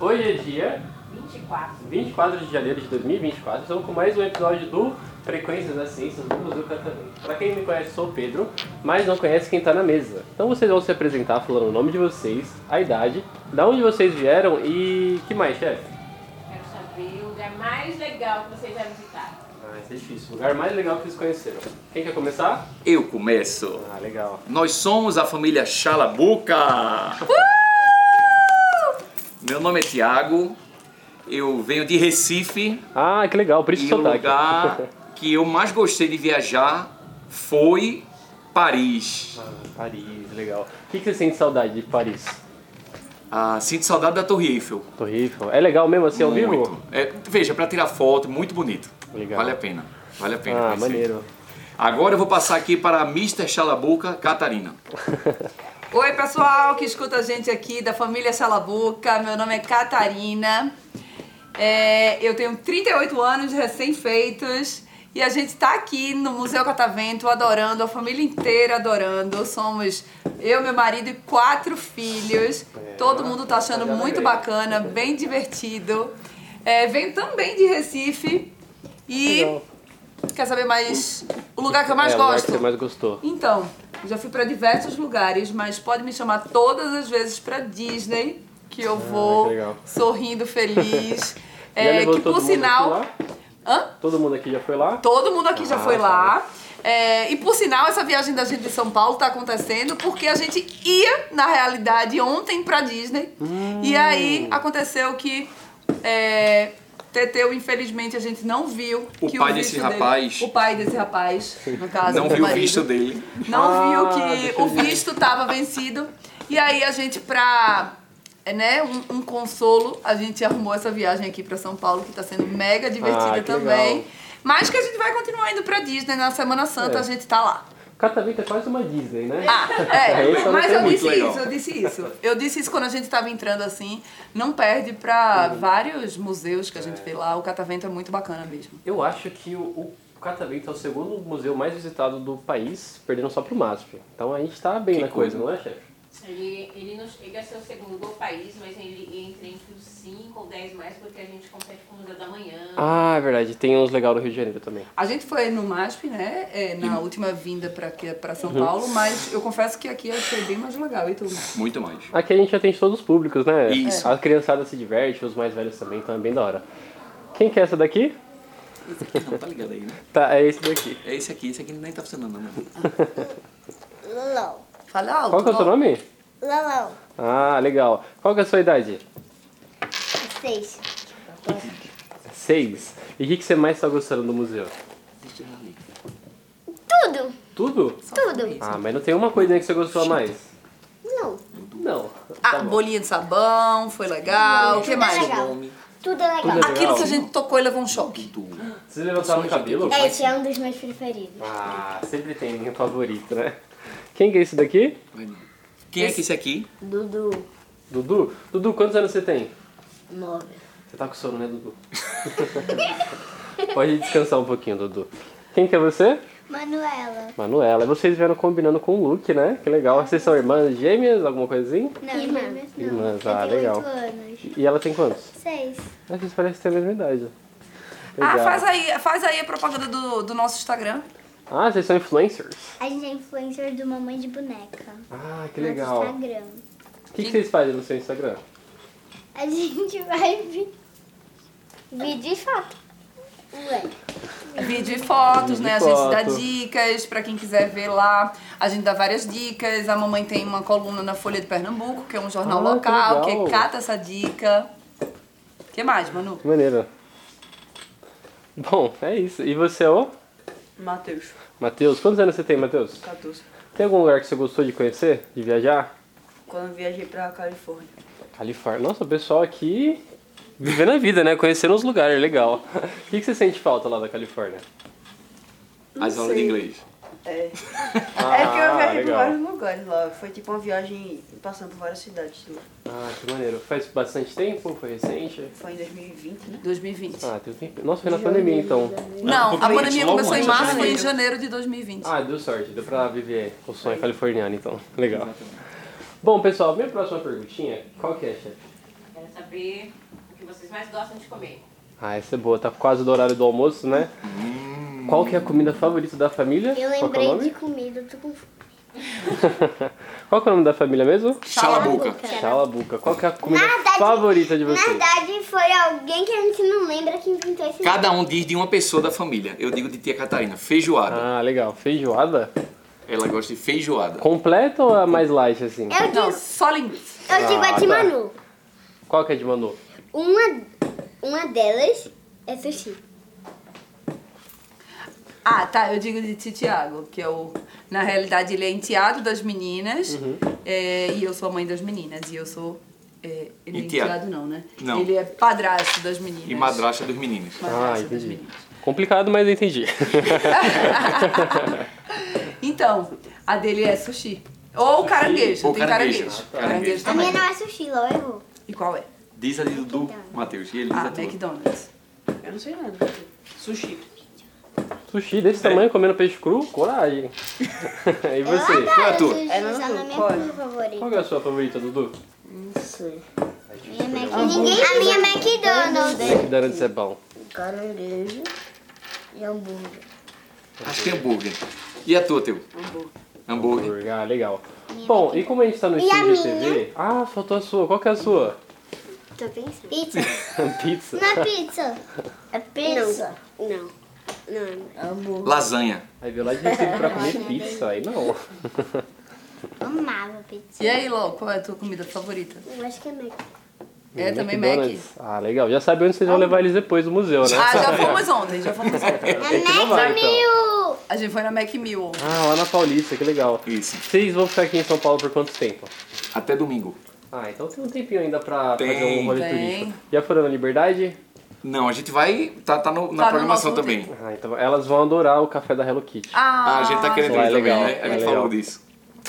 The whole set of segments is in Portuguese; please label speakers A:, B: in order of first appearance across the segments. A: Hoje é dia
B: 24.
A: 24 de janeiro de 2024, estamos com mais um episódio do Frequências das Ciências do Museu Catavento. Pra quem me conhece, sou o Pedro, mas não conhece quem tá na mesa. Então vocês vão se apresentar falando o nome de vocês, a idade, da onde vocês vieram e que mais, chefe?
B: Quero saber o lugar mais legal que vocês já visitaram.
A: Ah, isso é difícil. O lugar mais legal que vocês conheceram. Quem quer começar?
C: Eu começo.
A: Ah, legal.
C: Nós somos a família Chalabuca.
A: Uh!
C: Meu nome é Tiago. Eu venho de Recife
A: Ah, que legal, por isso
C: e
A: que
C: o
A: eu tá aqui.
C: lugar que eu mais gostei de viajar foi Paris.
A: Ah, Paris, legal. O que, que você sente saudade de Paris?
C: Ah, sinto saudade da Torre Eiffel.
A: Torre Eiffel. É legal mesmo assim ao vivo?
C: Muito. É, veja, para tirar foto, muito bonito.
A: Legal.
C: Vale a pena. Vale a pena.
A: Ah,
C: conhecer.
A: maneiro.
C: Agora eu vou passar aqui para a Mr. Chalabuca, Catarina.
D: Oi, pessoal que escuta a gente aqui da família Salabuca. Meu nome é Catarina. É, eu tenho 38 anos recém-feitos e a gente está aqui no Museu Catavento adorando, a família inteira adorando. Somos eu, meu marido e quatro filhos.
A: É,
D: Todo mundo tá achando
A: já
D: muito
A: lembrei.
D: bacana, bem divertido. É, venho também de Recife e
A: Legal.
D: quer saber mais o lugar que eu mais
A: é, O lugar que
D: gosto?
A: você mais gostou.
D: Então, já fui pra diversos lugares, mas pode me chamar todas as vezes pra Disney, que eu vou
A: Ah, que legal.
D: sorrindo, feliz.
A: Já
D: É,
A: levou
D: que
A: todo
D: por
A: mundo aqui
D: sinal.
A: lá?
D: Hã?
A: Todo mundo aqui já foi lá?
D: Todo mundo aqui já
A: Ah,
D: foi
A: tá.
D: lá. É, e por sinal, essa viagem da gente de São Paulo tá acontecendo porque a gente ia, na realidade, ontem pra Disney.
A: Hum.
D: E aí aconteceu que. É, Teteu, infelizmente, a gente não viu
C: O
D: que
C: pai
D: o visto
C: desse
D: dele-
C: rapaz-
D: O pai desse rapaz, no caso.
C: Não
D: meu
C: vi o
D: marido
C: visto dele.
D: não
A: Ah,
D: viu
A: deixa
D: que o
A: eu ver.
D: visto estava vencido. E aí a gente, pra né, um, um consolo, a gente arrumou essa viagem aqui pra São Paulo, que tá sendo mega divertida
A: Ah, que
D: também.
A: legal.
D: Mas que a gente vai continuar indo pra Disney na Semana Santa,
A: É.
D: a gente tá lá.
A: Catavento é quase uma Disney, né?
D: Ah, é,
A: Isso eu não
D: mas
A: sei
D: eu
A: muito
D: disse
C: legal.
D: isso, eu disse isso. Eu disse isso quando a gente tava entrando assim. Não perde pra
A: Uhum.
D: vários museus que a gente vê lá. O Catavento é muito bacana mesmo.
A: Eu acho que o, o Catavento é o segundo museu mais visitado do país, perdendo só pro MASP. Então a gente tá bem
C: Que
A: na coisa, não
C: coisa.
A: é, chefe?
B: Ele, ele, nos, ele é seu segundo país, mas ele entra entre os 5 ou 10 mais porque a gente compete com o Museu da Manhã.
A: Ah, é verdade. Tem uns legal no Rio de Janeiro também.
D: A gente foi no MASP, né? é,
A: Uhum.
D: na última vinda pra, aqui- pra São Paulo, mas eu confesso que aqui eu achei bem mais legal. E tu? né?
C: Muito mais.
A: Aqui a gente atende todos os públicos, né?
C: Isso.
A: A criançada se diverte, os mais velhos também, então é bem da hora. Quem que é essa daqui?
C: Não, tá ligado aí, né?
A: Tá, é esse daqui.
C: É esse aqui, esse aqui nem tá funcionando, não.
E: Lolão.
D: Fala alto.
A: Qual que é o seu
D: ó.
A: nome?
E: Lolão.
A: Ah, legal. Qual que é a sua idade?
E: Seis.
A: Seis. E o que, que você mais tá gostando do museu?
C: Deixa eu ali.
E: Tudo.
A: Tudo?
E: Tudo.
A: Ah, mas não tem uma coisinha que você gostou a mais?
E: Não.
A: Não. Tá
D: Ah, bolinha de sabão, foi legal. O que mais?
E: é legal.
C: Nome
E: Tudo é legal.
A: Tudo é
D: Aquilo que a gente tocou e levou um choque.
C: do...
A: Vocês levantaram o cabelo?
E: Esse é um dos meus preferidos.
A: Ah, sempre tem um favorito, né? Quem que é esse daqui?
C: Vai, não. Quem é que esse aqui?
E: Dudu.
A: Dudu? Dudu, quantos anos você tem?
E: Nove.
A: Você tá com sono, né, Dudu? Pode descansar um pouquinho, Dudu. Quem que é você?
E: Manuela.
A: Manuela. E Vocês vieram combinando com o Luke, né? Que legal. Vocês são irmãs gêmeas, alguma coisa assim?
E: Não, Irmã. gêmeas não.
A: Irmãs,
E: Eu
A: ah,
E: tenho
A: legal.
E: oito anos.
A: E ela tem quantos?
E: Seis.
A: Ah, Vocês parecem ter a mesma idade.
D: Ah,
A: Legal.
D: faz aí, faz aí a propaganda do, do nosso Instagram.
A: Ah, vocês são influencers.
E: A gente é influencer do Mamãe de Boneca.
A: Ah, que
E: no
A: legal. O
E: Instagram.
A: que, que vocês fazem no seu Instagram?
E: A gente vai vi- vídeo e foto. Ué.
D: Vídeo e fotos,
A: Vídeo e
D: né? A gente dá
A: foto.
D: dicas pra quem quiser ver lá. A gente dá várias dicas. A mamãe tem uma coluna na Folha de Pernambuco, que é um jornal
A: Ah, que
D: local, que,
A: legal.
D: é cata essa dica. O que mais, Manu?
A: Que maneiro. Bom, é isso. E você é o?
F: Matheus,
A: Matheus. Quantos anos você tem, Matheus?
F: 14.
A: Tem algum lugar que você gostou de conhecer? De viajar?
F: Quando eu viajei pra Califórnia.
A: Califórnia. Nossa, o pessoal aqui vivendo a vida, né? Conhecendo os lugares, legal. O que, que você sente falta lá da Califórnia?
C: As aulas de inglês.
F: É.
A: Ah,
F: é porque eu viajei
A: legal.
F: por vários lugares lá. Foi tipo uma viagem passando por várias cidades.
A: Ah, que maneiro. Faz bastante tempo? Foi recente?
F: Foi em 2020, né?
D: 2020.
A: Ah, tem um tempo. Nossa, foi na pandemia então.
D: Não,
C: um pouco
D: a
C: antes,
D: pandemia
C: logo
D: começou em
C: antes,
D: março,
C: né?
D: foi em janeiro de 2020.
A: Ah, deu sorte. Deu pra viver o sonho californiano então. Legal. Bom, pessoal, minha próxima perguntinha. Qual que é, chefe?
B: Quero saber o que vocês mais gostam de comer.
A: Ah, essa é boa. Tá quase do horário do almoço, né? Qual que é a comida favorita da família?
E: Eu
A: Qual que é o
E: lembrei
A: nome?
E: de comida, eu tô com fome.
A: Qual que é o nome da família mesmo?
C: Chala a boca.
A: Chalabuca. Qual que é a comida
E: Nada de-
A: favorita de
E: Na
A: vocês?
E: verdade, foi alguém que a gente não lembra que inventou esse
C: Cada um diz de uma pessoa da família. Eu digo de tia Catarina, feijoada.
A: Ah, legal. Feijoada?
C: Ela gosta de feijoada.
A: Completa ou a mais light, assim?
E: nome. Eu
D: Não,
E: digo,
D: Então, só linguiça.
E: eu digo
A: Ah,
E: a de
A: tá.
E: Manu.
A: Qual que é de Manu?
E: Uma, uma delas é sushi.
D: Ah, tá, eu digo de Titiago, que é o... Na realidade, ele é enteado das meninas é, e eu sou a mãe das meninas. E eu sou... É, ele é
C: Enteado.
D: enteado não, né?
C: Não.
D: Ele é padrasto das meninas.
C: E madrasta dos meninos.
A: Ah,
D: Madrasta das
A: entendi.
D: meninas.
A: Complicado, mas eu entendi.
D: Então, a dele é sushi. Ou caranguejo,
C: Ou
D: tem caranguejo.
C: caranguejo.
D: Caranguejo
E: A minha
D: também.
E: não é sushi, logo eu vou.
D: E qual é?
C: Diz a de Dudu, Matheus. E ele diz
D: Ah,
C: a é tua.
D: McDonald's.
F: Eu não sei nada. Sushi.
A: Sushi desse tamanho, comendo peixe cru? Coragem. e você?
C: Qual é a tua?
E: Sushi
F: É, não,
E: tá na minha
F: pode.
E: comida favorita.
A: Qual que é a sua favorita, Dudu?
G: Não sei.
E: Ninguém, a minha é McDonald's.
A: McDonald's é bom.
G: Caranguejo e hambúrguer.
C: Acho que é hambúrguer. E a tua, teu? Hambúrguer. Hambúrguer.
A: Ah, legal. Bom, e como a gente tá no
E: E
A: estúdio
E: a
A: de TV... Ah, faltou a sua. Qual que é a sua?
G: Tô pensando.
E: Pizza.
A: Pizza.
E: Não é pizza.
G: É pizza.
E: Não. Não.
G: Hambúrguer.
C: Lasanha.
A: Aí veio lá de Recife pra comer pizza. Aí não.
E: Amava pizza.
D: E aí, Ló, qual é a tua comida favorita?
E: Eu acho que é Mac.
D: É também Mac.
A: Hum, McDonald's. Ah, legal. Já sabe onde vocês vão levar eles depois do museu, né?
D: Ah, já fomos ontem, já fomos ontem.
E: É
A: que não vai, então.
E: Mac Mil.
D: A gente foi na Mac Mill.
A: Ah, lá na Paulista, que legal.
C: Isso.
A: Vocês vão ficar aqui em São Paulo por quanto tempo?
C: Até domingo.
A: Ah, então tem um tempinho ainda pra
C: Tem.
A: fazer um rolê
D: Tem.
A: turístico. Já foram na Liberdade?
C: Não, a gente vai. Tá, tá no- na
D: Tá no
C: programação
D: nosso
C: também.
A: Ah, então elas vão adorar o café da Hello Kitty.
C: Ah, a gente tá querendo
A: Ah,
C: ir também,
A: legal,
C: né? A
A: é
C: gente
A: legal.
C: falou disso.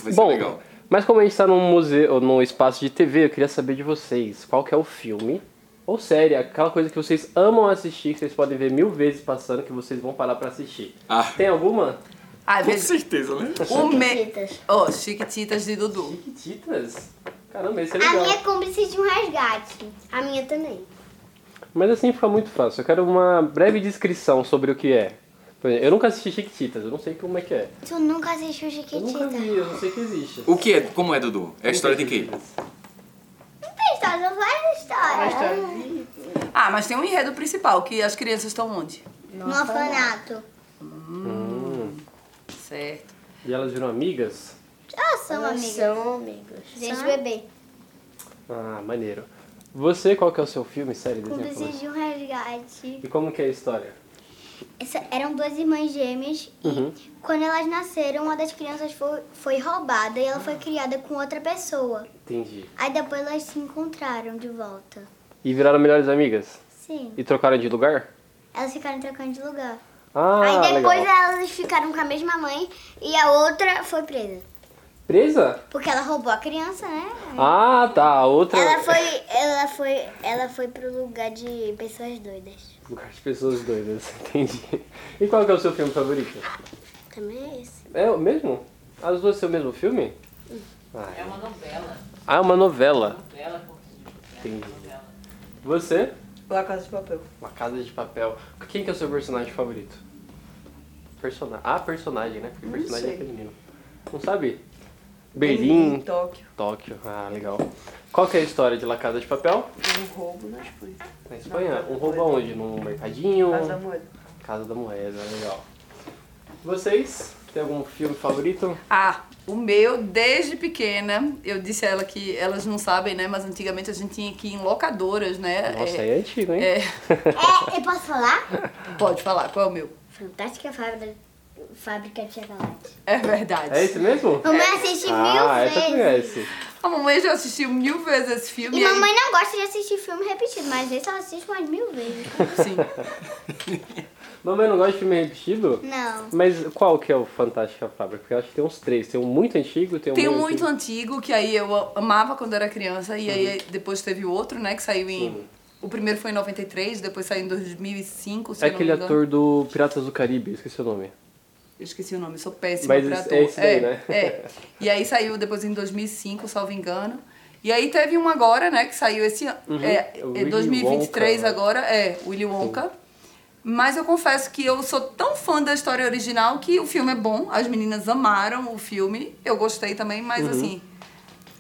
C: Vai ser
A: Bom,
C: legal.
A: mas como a gente tá num museu, num espaço de TV, eu queria saber de vocês, qual que é o filme ou série, aquela coisa que vocês amam assistir, que vocês podem ver mil vezes passando, que vocês vão parar pra assistir.
C: Ah.
A: Tem alguma?
D: Ah,
C: Com
D: veja.
C: certeza, né?
D: O me...
G: Chiquititas.
D: Oh, Chiquititas de Dudu.
A: Chiquititas? Caramba, esse é
E: A
A: legal.
E: minha é cúmplice de um resgate. A minha também.
A: Mas assim fica muito fácil. Eu quero uma breve descrição sobre o que é. Por exemplo, eu nunca assisti Chiquititas, eu não sei como é que é.
E: Tu nunca assistiu
A: Eu nunca vi,
E: Chiquitita?
A: eu não sei que existe.
C: O que é? Como é, Dudu? É a história de quê?
E: Não tem história, são tá várias histórias.
D: Ah, mas tem um enredo principal, que as crianças estão onde?
E: No orfanato.
D: Certo.
A: E elas viram amigas?
E: Elas são
G: Elas
E: amigas.
G: São amigos.
E: Desde bebê.
A: Ah, maneiro. Você, qual que é o seu filme, série, desenho? falou?
E: Cúmplice de um resgate.
A: E como que é a história?
E: Essa- eram duas irmãs gêmeas e
A: Uhum.
E: quando elas nasceram, uma das crianças foi, foi roubada e ela
A: Ah.
E: foi criada com outra pessoa.
A: Entendi.
E: Aí depois elas se encontraram de volta.
A: E viraram melhores amigas?
E: Sim.
A: E trocaram de lugar?
E: Elas ficaram trocando de lugar.
A: Ah,
E: Aí depois
A: legal.
E: elas ficaram com a mesma mãe e a outra foi presa.
A: Presa?
E: Porque ela roubou a criança, né?
A: Ah, tá. a Outra.
E: Ela foi, ela foi, ela foi pro lugar de pessoas doidas.
A: Lugar de pessoas doidas. Entendi. E qual que é o seu filme favorito?
E: Também é esse.
A: É o mesmo? As duas são o mesmo filme?
B: É uma novela.
A: Ah, é uma novela.
B: Novela com
A: Entendi.
B: novela.
A: Você?
F: La Casa de Papel.
A: Uma casa de papel. Quem que é o seu personagem favorito? Persona... Ah, personagem, né? Porque personagem é
F: sei.
A: feminino. Não sabe? Berlim,
F: Tóquio.
A: Tóquio. Ah, legal. Qual que é a história de La Casa de Papel?
F: Um roubo na Espanha.
A: Na Espanha?
F: Não,
A: Um
F: não
A: roubo
F: foi.
A: aonde? Num mercadinho?
F: Casa da Moeda.
A: Casa da Moeda, legal. Vocês, tem algum filme favorito?
D: Ah, o meu, desde pequena, eu disse a ela que elas não sabem, né? Mas antigamente a gente tinha que ir em locadoras, né?
A: Nossa,
D: É,
A: aí é antigo, hein?
D: é,
E: É, eu posso falar?
D: Pode falar, qual é o meu?
E: Fantástica fábrica, fábrica de chocolate.
D: É verdade.
A: É esse mesmo?
E: Mamãe assiste mil
A: ah, essa
E: vezes.
A: conhece.
D: A mamãe já assistiu mil vezes esse filme.
E: E
D: e aí-
E: mamãe não gosta de assistir filme repetido, mas esse ela assiste mais mil vezes.
D: Sim.
A: Mamãe não gosta de filme repetido?
E: Não.
A: Mas qual que é o Fantástica Fábrica? Porque eu acho que tem uns três. Tem um muito antigo, tem um.
D: Tem um
A: meio
D: muito
A: antigo.
D: antigo que aí eu amava quando era criança e
A: Uhum.
D: aí depois teve o outro, né, que saiu em o primeiro foi em 93, depois saiu em 2005, se
A: É
D: eu não me
A: aquele
D: engano.
A: ator do Piratas do Caribe, esqueci o nome.
D: Eu esqueci o nome, sou péssima
A: Mas
D: pra
A: esse-
D: ator.
A: é esse daí,
D: é,
A: né?
D: é. E aí saiu depois em 2005, salvo engano. E aí teve um agora, né, que saiu esse ano. é, é
A: Uhum. Willy
D: 2023
A: Wonka. né?
D: agora, é, Willy Wonka. Mas eu confesso que eu sou tão fã da história original que o filme é bom, as meninas amaram o filme, eu gostei também, mas assim,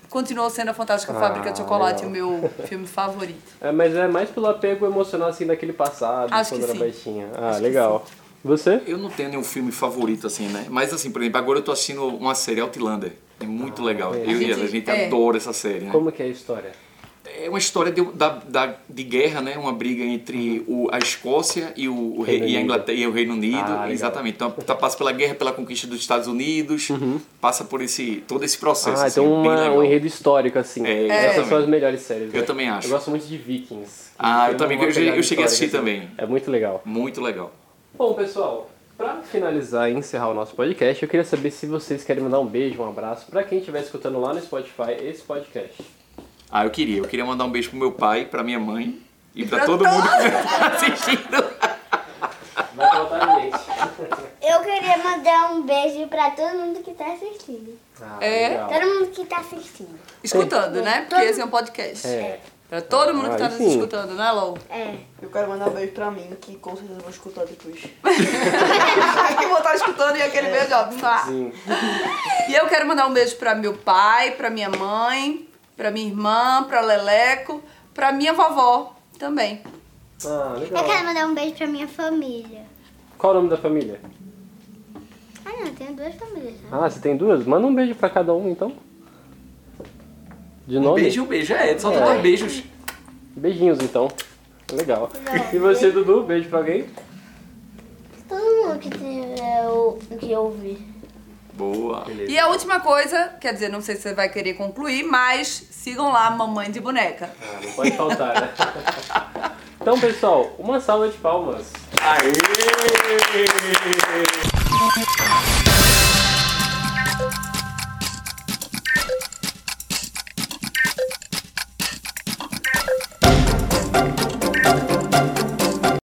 D: continuou sendo a Fantástica
A: Uhum. Ah,
D: Fábrica de Chocolate
A: legal.
D: o meu filme favorito.
A: É, mas é mais pelo apego emocional assim daquele passado,
D: Acho
A: quando
D: que
A: era
D: sim.
A: baixinha. Ah,
D: Acho que
A: legal. Você?
C: Eu não tenho nenhum filme favorito, assim, né? Mas, assim, por exemplo, agora eu tô assistindo uma série, Outlander. É muito legal. Eu e
D: gente-
C: ela, a gente
D: é.
C: adora essa série, né?
A: Como que é a história?
C: É uma história de, da, da- de guerra, né? Uma briga entre o, a Escócia e, o, o rei-
A: Reino
C: e a
A: Unido.
C: Inglaterra e o Reino Unido.
A: Ah, legal.
C: Exatamente. Então tá- passa pela guerra, pela conquista dos Estados Unidos, passa por esse todo esse processo.
A: Uhum. Ah,
C: assim,
A: tem
C: bem
A: uma-
C: legal.
A: um enredo histórico, assim.
C: É,
A: Essas
C: exatamente.
A: são as melhores séries.
C: Eu
A: né?
C: também acho.
A: Eu gosto muito de Vikings. Então
C: Ah,
A: Tem
C: eu também,
A: uma
C: eu cheguei- eu
A: pegada
C: cheguei a assistir
A: histórica, assim.
C: também.
A: É muito legal.
C: Muito legal.
A: Bom, pessoal, pra finalizar e encerrar o nosso podcast, eu queria saber se vocês querem mandar um beijo, um abraço pra quem estiver escutando lá no Spotify esse podcast.
C: Ah, eu queria. Eu queria mandar um beijo pro meu pai, pra minha mãe e pra
D: pra
C: todo mundo que tá assistindo.
A: Vai faltar gente.
G: Eu queria mandar um beijo pra todo mundo que tá assistindo.
A: Ah,
D: É?
A: legal.
G: Todo mundo que tá assistindo.
D: Escutando, né? Porque esse é um podcast.
A: É.
D: Pra todo mundo que tá
A: Aí
D: nos
A: sim.
D: escutando, né, Lou?
G: É.
F: Eu quero mandar um beijo pra mim, que com certeza eu vou escutar depois.
D: que vou estar escutando e aquele beijo, ó. pá.
A: Sim.
D: E eu quero mandar um beijo pra meu pai, pra minha mãe, pra minha irmã, pra Leleco, pra minha vovó também.
A: Ah,
E: Eu
A: legal.
E: quero mandar um beijo pra minha família.
A: Qual é o nome da família?
E: Ah, não, eu tenho duas famílias. né?
A: Ah, você tem duas? Manda um beijo pra cada um, então. De nome?
C: Um Beijo, beijo. É, só dá beijos.
A: Beijinhos, então. Legal. E você, Dudu? Beijo pra alguém?
G: Todo mundo que tiver o que ouvir.
C: Boa.
D: E a última coisa, quer dizer, não sei se você vai querer concluir, mas sigam lá Mamãe de Boneca.
A: Ah, não pode faltar, né? então, pessoal, uma salva de palmas.
C: Aê!